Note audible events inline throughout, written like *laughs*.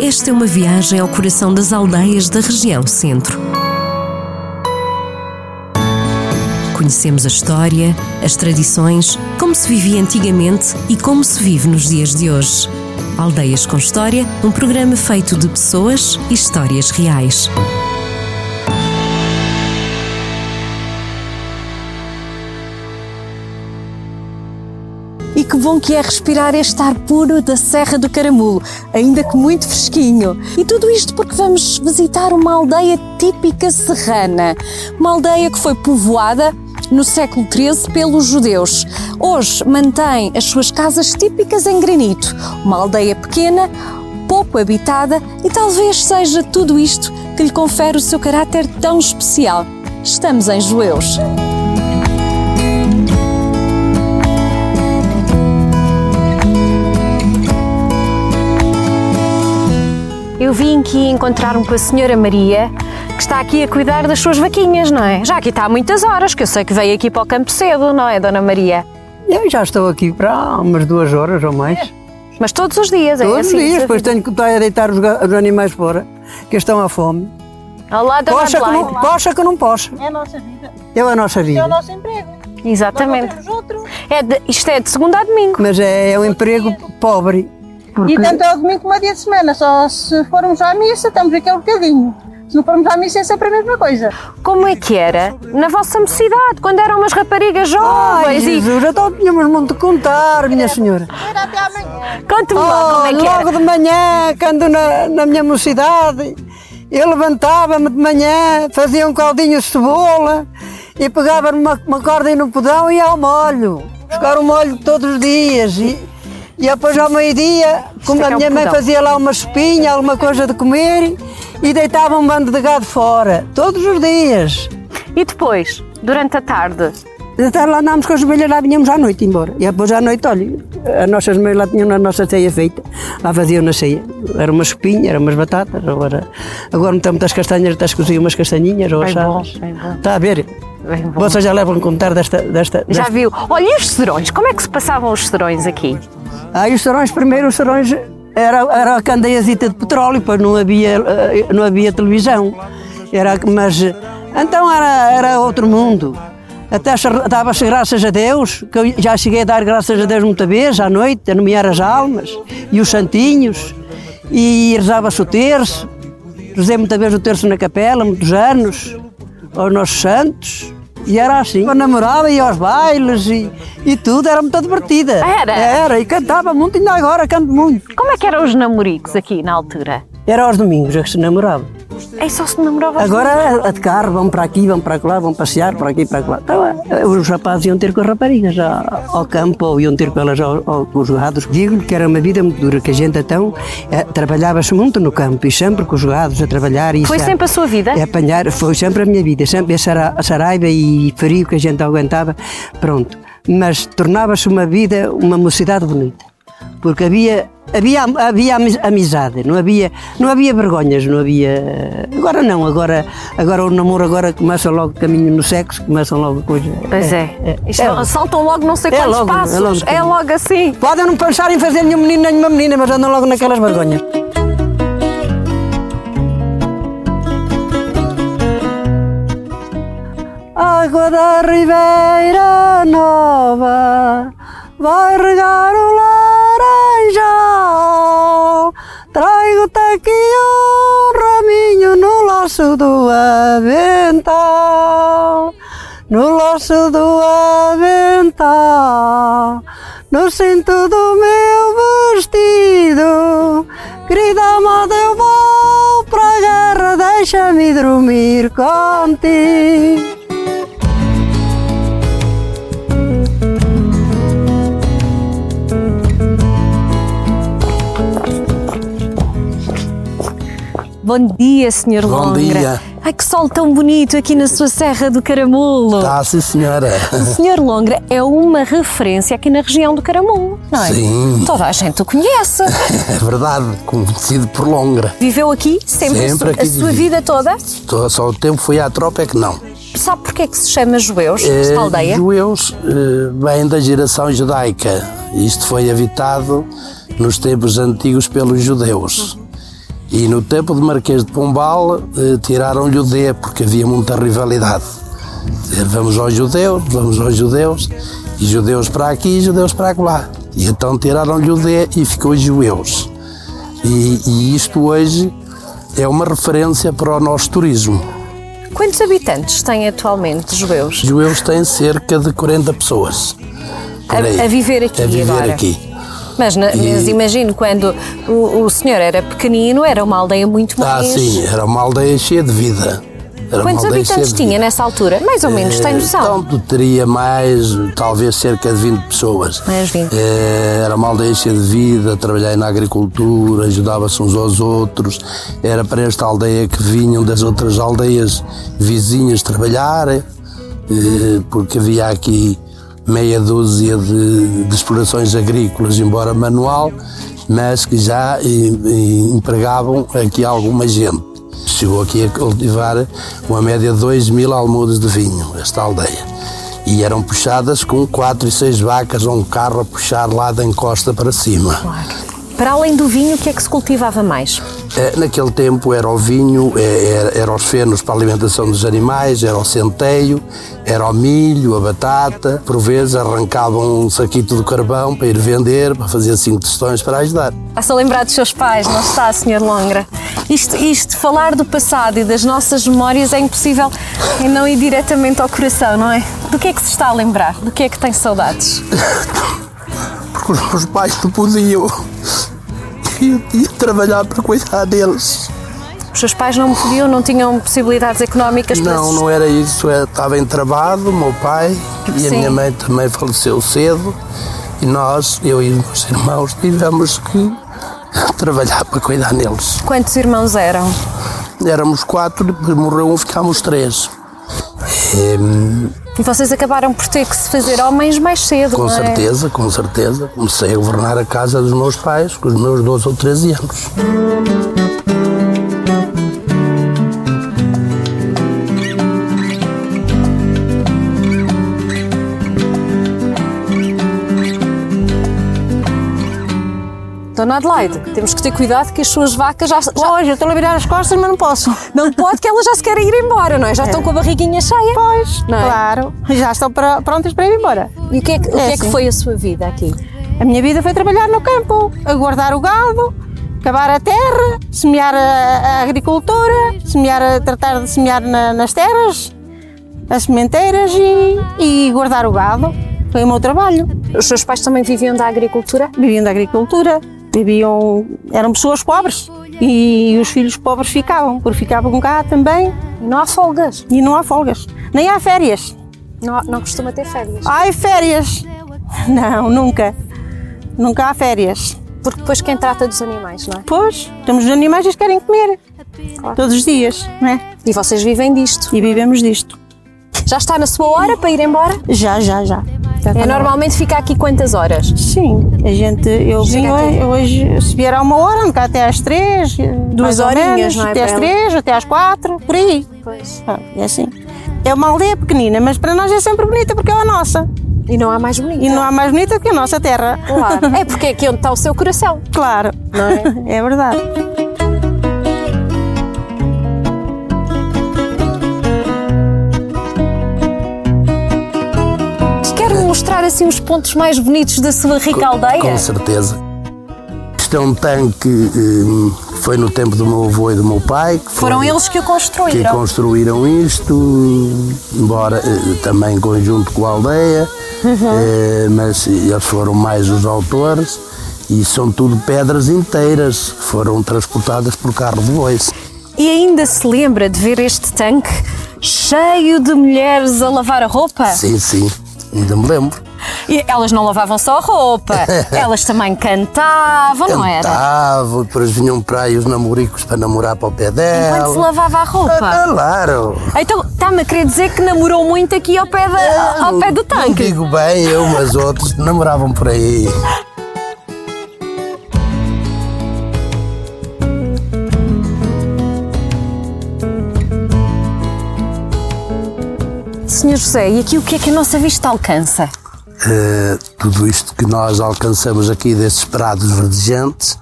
Esta é uma viagem ao coração das aldeias da região centro. Conhecemos a história, as tradições, como se vivia antigamente e como se vive nos dias de hoje. Aldeias com História, um programa feito de pessoas e histórias reais. E que bom que é respirar este ar puro da Serra do Caramulo, ainda que muito fresquinho. E tudo isto porque vamos visitar uma aldeia típica serrana. Uma aldeia que foi povoada no século XIII pelos judeus. Hoje mantém as suas casas típicas em granito. Uma aldeia pequena, pouco habitada e talvez seja tudo isto que lhe confere o seu caráter tão especial. Estamos em Joeus. Eu vim aqui encontrar-me com a Senhora Maria, que está aqui a cuidar das suas vaquinhas, não é? Já aqui está há muitas horas, que eu sei que veio aqui para o campo cedo, não é, Dona Maria? Eu já estou aqui para há umas duas horas ou mais. Mas todos os dias, é Todos os assim? dias, depois tenho que estar a deitar os, ga- os animais fora, que estão à fome. Olá, Dona Poxa que, não, Adelaide. poxa que não posso. É a nossa vida, É a nossa é o vida. nosso emprego. Nós Exatamente. não temos outro. É de- isto é de segunda a domingo. Mas é, é um emprego pobre. Porque E tanto ao domingo como ao dia de semana. Só se formos à missa, estamos aqui um bocadinho. Se não formos à missa, é sempre a mesma coisa. Como é que era na vossa mocidade, quando eram umas raparigas Ai, jovens? e... Jesus, então tínhamos muito de contar, É. minha senhora. Era até amanhã. Conte-me lá como Oh, é que era. logo de manhã, quando na, na minha mocidade, eu levantava-me de manhã, fazia um caldinho de cebola e pegava numa uma corda e no podão e ia ao molho. Buscar o molho todos os dias. E, e depois ao meio-dia, como é a que é o minha mãe podão. fazia lá uma espinha, alguma coisa de comer, e deitava um bando de gado fora, todos os dias. E depois, durante a tarde, Até lá andámos com as ovelhas, lá vinhamos à noite embora. E depois à noite, olha, as nossas mães lá tinham a nossa ceia feita. Lá faziam na ceia. Era uma sopinha, eram umas batatas, agora, agora metemos muitas castanhas, até coziam umas castanhinhas ou Bem bom, assadas. bem bom. Está a ver? Bem bom. Vocês já levam a contar desta... desta, já desta- viu. Olha, e os serões? Como é que se passavam os serões aqui? Ah, e os serões, primeiro os serões, era, era a candeiazita de petróleo, pois não havia, eh, não havia televisão. Era, mas, eh, então era, era outro mundo. Até se- dava-se graças a Deus, que eu já cheguei a dar graças a Deus muita vez, à noite, a nomear as almas e os santinhos, e rezava-se o terço. Rezei muita vez o terço na capela, muitos anos, aos nossos santos. E era assim. Eu namorava, ia aos bailes e, e tudo, era muito divertida. É, Era? Era, e cantava muito, ainda agora canto muito. Como é que eram os namoricos aqui na altura? Era aos domingos é que se namorava. É só se namorava Agora é de carro, vão para aqui, vão para lá, vão passear para aqui para lá. Então, é, os rapazes iam ter com as raparigas a- ao campo ou iam ter com elas ao, ao, com os gados. Digo-lhe que era uma vida muito dura, que a gente então eh, trabalhava-se muito no campo e sempre com os gados a trabalhar. E Foi isso é- sempre a sua vida? É apanhar, foi sempre a minha vida, sempre a sara- a saraiva e frio que a gente aguentava, pronto. Mas tornava-se uma vida, uma mocidade bonita, porque havia havia am- havia ami- amizade, não havia não havia vergonhas, não havia agora não, agora agora o namoro agora começa logo caminho no sexo, começam logo coisa. Pois é. Isto saltam logo não sei É quantos logo, é passos. logo. é logo assim. Podem não pensar em fazer nenhum menino, nenhuma menina, mas andam logo naquelas vergonhas. Água da Ribeira Nova vai regar o laranjal. Traigo-te aqui um raminho no laço do avental. No laço do avental, no cinto do meu vestido, querida amada, eu vou para a guerra, deixa-me dormir contigo. Bom dia, Sr. Bom Longra. dia. Ai, que sol tão bonito aqui na sua Serra do Caramulo. Tá, sim, senhora. O Sr. Longra é uma referência aqui na região do Caramulo, não é? Sim. Toda a gente o conhece. É verdade, conhecido por Longra. Viveu aqui sempre, Sempre a, su- a aqui sua vivi. vida toda. Só- Só o tempo fui à tropa é que não. Sabe porquê que se chama Joeus, esta aldeia? Eh, Judeus eh, vêm da geração judaica. Isto foi habitado nos tempos antigos pelos judeus. E no tempo de Marquês de Pombal eh, tiraram-lhe o D, porque havia muita rivalidade. Eh, Vamos aos judeus, vamos aos judeus, e judeus para aqui e judeus para lá. E então tiraram-lhe o D e ficou judeus. E, e isto hoje é uma referência para o nosso turismo. Quantos habitantes têm atualmente judeus? Os judeus têm cerca de 40 pessoas. por A- aí. a viver aqui A viver agora. aqui. Mas, na- E- mas imagino quando o, o senhor era pequenino, era uma aldeia muito Ah, mais. sim, era uma aldeia cheia de vida. Era uma é Quantos aldeia cheia habitantes de tinha vida. nessa altura? Mais ou menos, tem noção. Então tu teria mais, talvez cerca de 20 pessoas. Mais 20. Eh, Era uma aldeia cheia de vida, trabalhei na agricultura, ajudava-se uns aos outros. Era para esta aldeia que vinham das outras aldeias vizinhas trabalhar, eh, porque havia aqui meia dúzia de, de explorações agrícolas, embora manual, mas que já eh, eh, empregavam aqui alguma gente. Chegou aqui a cultivar uma média de 2 mil almudas de vinho, esta aldeia. E eram puxadas com quatro e seis vacas a um carro a puxar lá da encosta para cima. Para além do vinho, o que é que se cultivava mais? Eh, Naquele tempo era o vinho, eh, era, era os fenos para a alimentação dos animais, era o centeio, era o milho, a batata. Por vezes arrancavam um saquito de carvão para ir vender, para fazer cinco tostões para ajudar. Está-se a lembrar dos seus pais, não está, Sr. Longra? Isto, isto, falar do passado e das nossas memórias é impossível e não ir diretamente ao coração, não é? Do que é que se está a lembrar? Do que é que tem saudades? Porque os meus pais não podiam. *laughs* Eu tinha de trabalhar para cuidar deles. Os seus pais não podiam, não tinham possibilidades económicas para Não, sus- não era isso. é, Estava entravado o meu pai e a Sim. minha mãe também faleceu cedo. E nós, eu e os meus irmãos, tivemos que *laughs* trabalhar para cuidar neles. Quantos irmãos eram? Éramos quatro, depois morreu um, ficámos três. hum, Em, E vocês acabaram por ter que se fazer homens mais cedo, com não é? certeza, com certeza. Comecei a governar a casa dos meus pais com os meus 12 ou 13 anos. Dona Adelaide, temos que ter cuidado que as suas vacas já, já- Hoje eu estou a virar as costas, mas não posso. Não pode que elas já se querem ir embora, não é? Já estão com a barriguinha cheia. Pois, Não é? claro. Já estão pra- prontas para ir embora. E o que é que, o É que, é que assim. foi a sua vida aqui? A minha vida foi trabalhar no campo, aguardar o gado, cavar a terra, semear a, a agricultura, semear, a- tratar de semear na- nas terras, as sementeiras e, e guardar o gado. Foi o meu trabalho. Os seus pais também viviam da agricultura? Viviam da agricultura, viviam, eram pessoas pobres e os filhos pobres ficavam, porque ficavam cá também Não há folgas. e não há folgas, nem há férias. Não, não costuma ter férias. Ai, férias! *laughs* Não, nunca. Nunca há férias. Porque depois quem trata dos animais, não é? Pois, estamos nos animais e eles querem comer. Todos os dias, não é? E vocês vivem disto. E vivemos disto. Já está na sua hora para ir embora? Já, já, já. Já tá É na hora. normalmente ficar aqui quantas horas? Sim, a gente, eu vim Chega hoje, hoje, se vier a uma hora, ando cá até às três. mais ou horinhas, menos, não é, Até às para três, até às quatro, por aí. Pois. Ah, É assim. É uma aldeia pequenina, mas para nós é sempre bonita porque é a nossa. E não há mais bonito. E não há mais bonita que a nossa terra. Claro. É porque é aqui onde está o seu coração. *laughs* Claro. Não é verdade. Quero mostrar assim os pontos mais bonitos da sua rica aldeia. Com certeza. Isto é um tanque hum, que foi no tempo do meu avô e do meu pai. que Foram foi- eles que o que construíram. construíram isto, embora eh, também em conjunto com a aldeia, Uhum. eh, mas eles foram mais os autores e são tudo pedras inteiras que foram transportadas por carro de bois. E ainda se lembra de ver este tanque cheio de mulheres a lavar a roupa? Sim, sim, ainda me lembro. E elas não lavavam só a roupa, elas também cantavam, não era? Cantavam, depois vinham para aí os namoricos para namorar para É, o pé Enquanto se dela. lavava a roupa. Ah, Claro! Então, está-me a querer dizer que namorou muito aqui ao pé, da- ao pé do Não tanque. digo bem, eu, mas outros namoravam por aí. Senhor José, e aqui o que é que a nossa vista alcança? Eh, tudo isto que nós alcançamos aqui desses prados verdejantes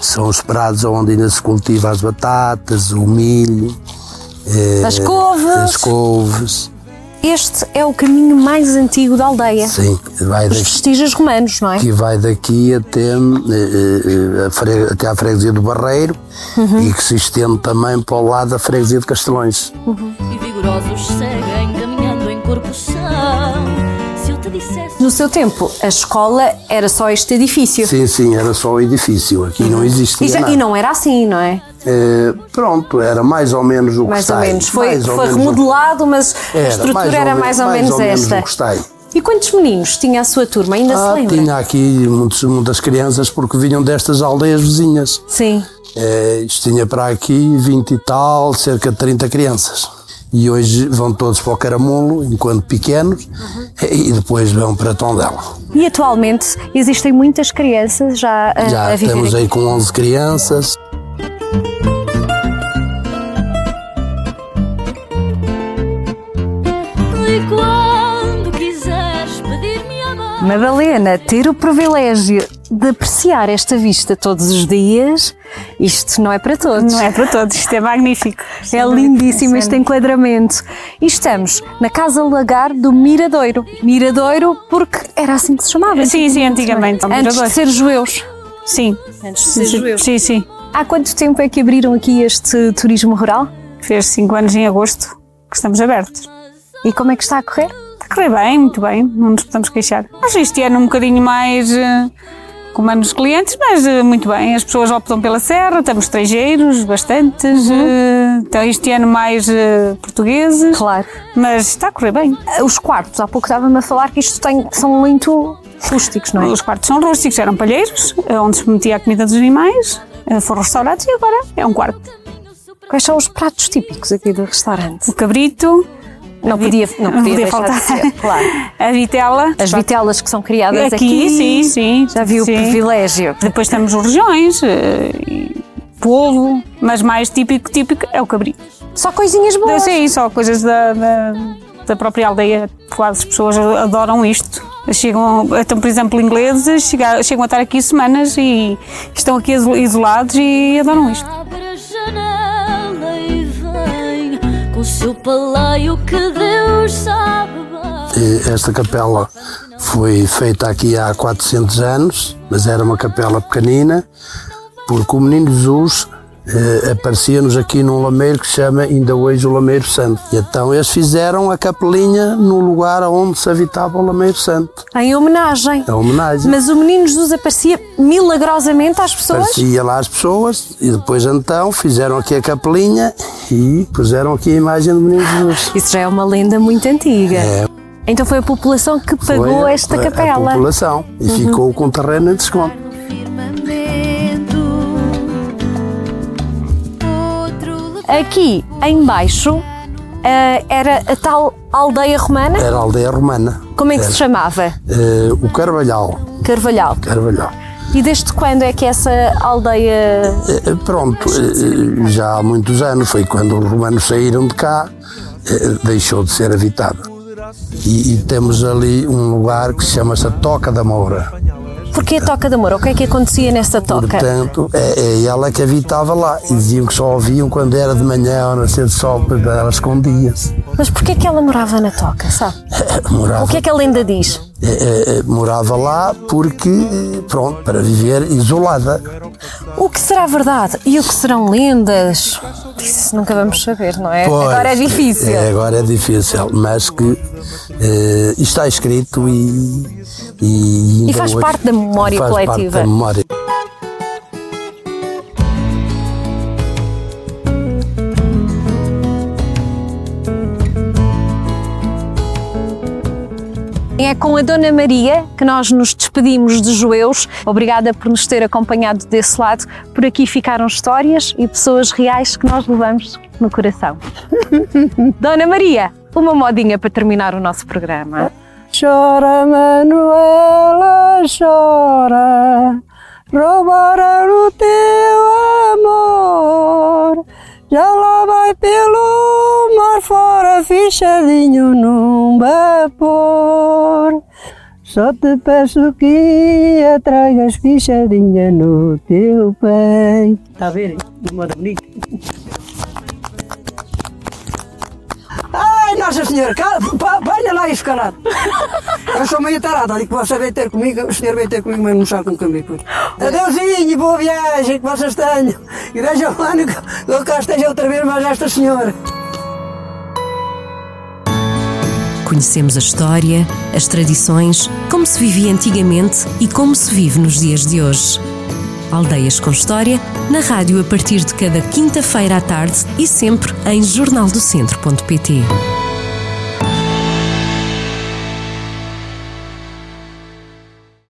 São os prados onde ainda se cultiva as batatas, o milho, eh, As couves. as couves. Este é o caminho mais antigo da aldeia. Sim, vai Os daqui, vestígios romanos, não é? que vai daqui até, eh, eh, a fre- até à freguesia do Barreiro Uhum. e que se estende também para o lado da freguesia de Castelões. Uhum. e vigorosos seguem caminhando em corpo são. Se eu te dissesse. No seu tempo, a escola era só este edifício. Sim, sim, era só o edifício, aqui não existia Uhum. E, já- nada. e não era assim, não é? Eh, pronto, era mais ou menos o que Mais está ou aí. menos. Foi, Mais ou foi menos o- remodelado, mas a estrutura era me- mais ou menos esta. o que está aí. E quantos meninos tinha a sua turma? Ainda Ah, se lembra? tinha aqui muitos, muitas crianças porque vinham destas aldeias vizinhas. Sim. Eh, isto tinha para aqui 20 e tal, cerca de 30 crianças. E hoje vão todos para o Caramulo, enquanto pequenos, Uhum. e depois vão para Tondela. E atualmente existem muitas crianças já a, Já a É, viver temos aqui. aí com 11 crianças. E quando quiseres pedir-me a mão. Madalena, ter o privilégio de apreciar esta vista todos os dias, isto não é para todos. Não é para todos, isto é magnífico. *laughs* Isto É muito lindíssimo este interessante. enquadramento. E estamos na Casa Lagar do Miradouro. Miradouro porque era assim que se chamava. Sim, sim, antigamente. Antes de ser judeus. Sim. Antes Sim, sim. Há quanto tempo é que abriram aqui este turismo rural? Fez 5 anos em agosto que estamos abertos. E como é que está a correr? Está a correr bem, muito bem, não nos podemos queixar. Mas este ano um bocadinho mais eh, com menos clientes, mas eh, muito bem. As pessoas optam pela serra, temos estrangeiros, bastantes. Uhum. eh, Então este ano mais eh, portugueses. Claro. Mas está a correr bem. Os quartos, há pouco estava-me a falar que isto tem, são muito rústicos, não é? Os quartos são rústicos, eram palheiros, eh, onde se metia a comida dos animais, eh, foram restaurados e agora é um quarto. Quais são os pratos típicos aqui do restaurante? O cabrito, Não podia, não podia, deixar de ser, claro. A vitela. As vitelas que são criadas Aqui, É aqui. sim, sim. Já vi o sim. privilégio. Depois temos os regiões, eh, e polvo, mas mais típico, típico é o cabrito. Só coisinhas Então, boas. sim, só coisas da, da, da própria aldeia. Quase as pessoas adoram isto. Chegam, então, por exemplo, ingleses chega- chegam a estar aqui semanas e estão aqui iso- isolados e adoram isto. Abre a janela e vem com o seu palaio que Deus sabe bem. Eh, Esta capela foi feita aqui há 400 anos, mas era uma capela pequenina, porque o Menino Jesus eh, aparecia-nos aqui num lameiro que se chama ainda hoje o Lameiro Santo. E então eles fizeram a capelinha no lugar onde se habitava o Lameiro Santo. Em homenagem. É uma homenagem. Mas o menino Jesus aparecia milagrosamente às pessoas. Aparecia lá as pessoas e depois então fizeram aqui a capelinha e puseram aqui a imagem do Menino Jesus. Isso já é uma lenda muito antiga. É. Então foi a população que Foi pagou a- esta a- capela. Uhum. A população. E ficou com o terreno em desconto. No firmamento, outro lugar. Aqui, em baixo, ah, era a tal aldeia romana. Era a aldeia romana. Como é que se chamava? Eh, o Carvalhal. Carvalhal. Carvalhal. E desde quando é que essa aldeia... Eh, Pronto, eh, já há muitos anos foi quando os romanos saíram de cá, eh, deixou de ser habitada. E, e temos ali um lugar que se chama se Toca da Moura. Porquê a Toca de Amor? O que é que acontecia nessa toca? Portanto, é, é ela que habitava lá. E diziam que só ouviam quando era de manhã ao nascer do sol, porque ela escondia-se. Mas porquê que ela morava na toca, sabe? Morava O que é que a lenda diz? eh, eh, morava lá porque, eh, pronto, para viver isolada. O que será verdade e o que serão lendas? Isso nunca vamos saber, não é? Pois, Agora é difícil. é, agora é difícil, mas que eh, está escrito e. E, ainda faz parte da memória faz parte coletiva. da memória. É com a Dona Maria que nós nos despedimos de Joeus. Obrigada por nos ter acompanhado desse lado. Por aqui ficaram histórias e pessoas reais que nós levamos no coração. *laughs* Dona Maria, uma modinha para terminar o nosso programa. Chora, Manuela, chora, roubar o teu amor. Já lá vai pelo mar fora, fichadinho num vapor. Só te peço que a tragas fichadinha no teu peito. Está a ver? De modo bonito. Ai, Nossa Senhora, cala, pa- venha lá isso, calado. Eu sou meio tarada, digo que você veio ter comigo, o senhor veio ter comigo, mas não sabe com quem veio por. Adeusinho, boa viagem, que vocês tenham. E deixa o ano que eu cá esteja outra vez, mas esta senhora. Conhecemos a história, as tradições, como se vivia antigamente e como se vive nos dias de hoje. Aldeias com História, na rádio a partir de cada quinta-feira à tarde e sempre em jornaldocentro.pt.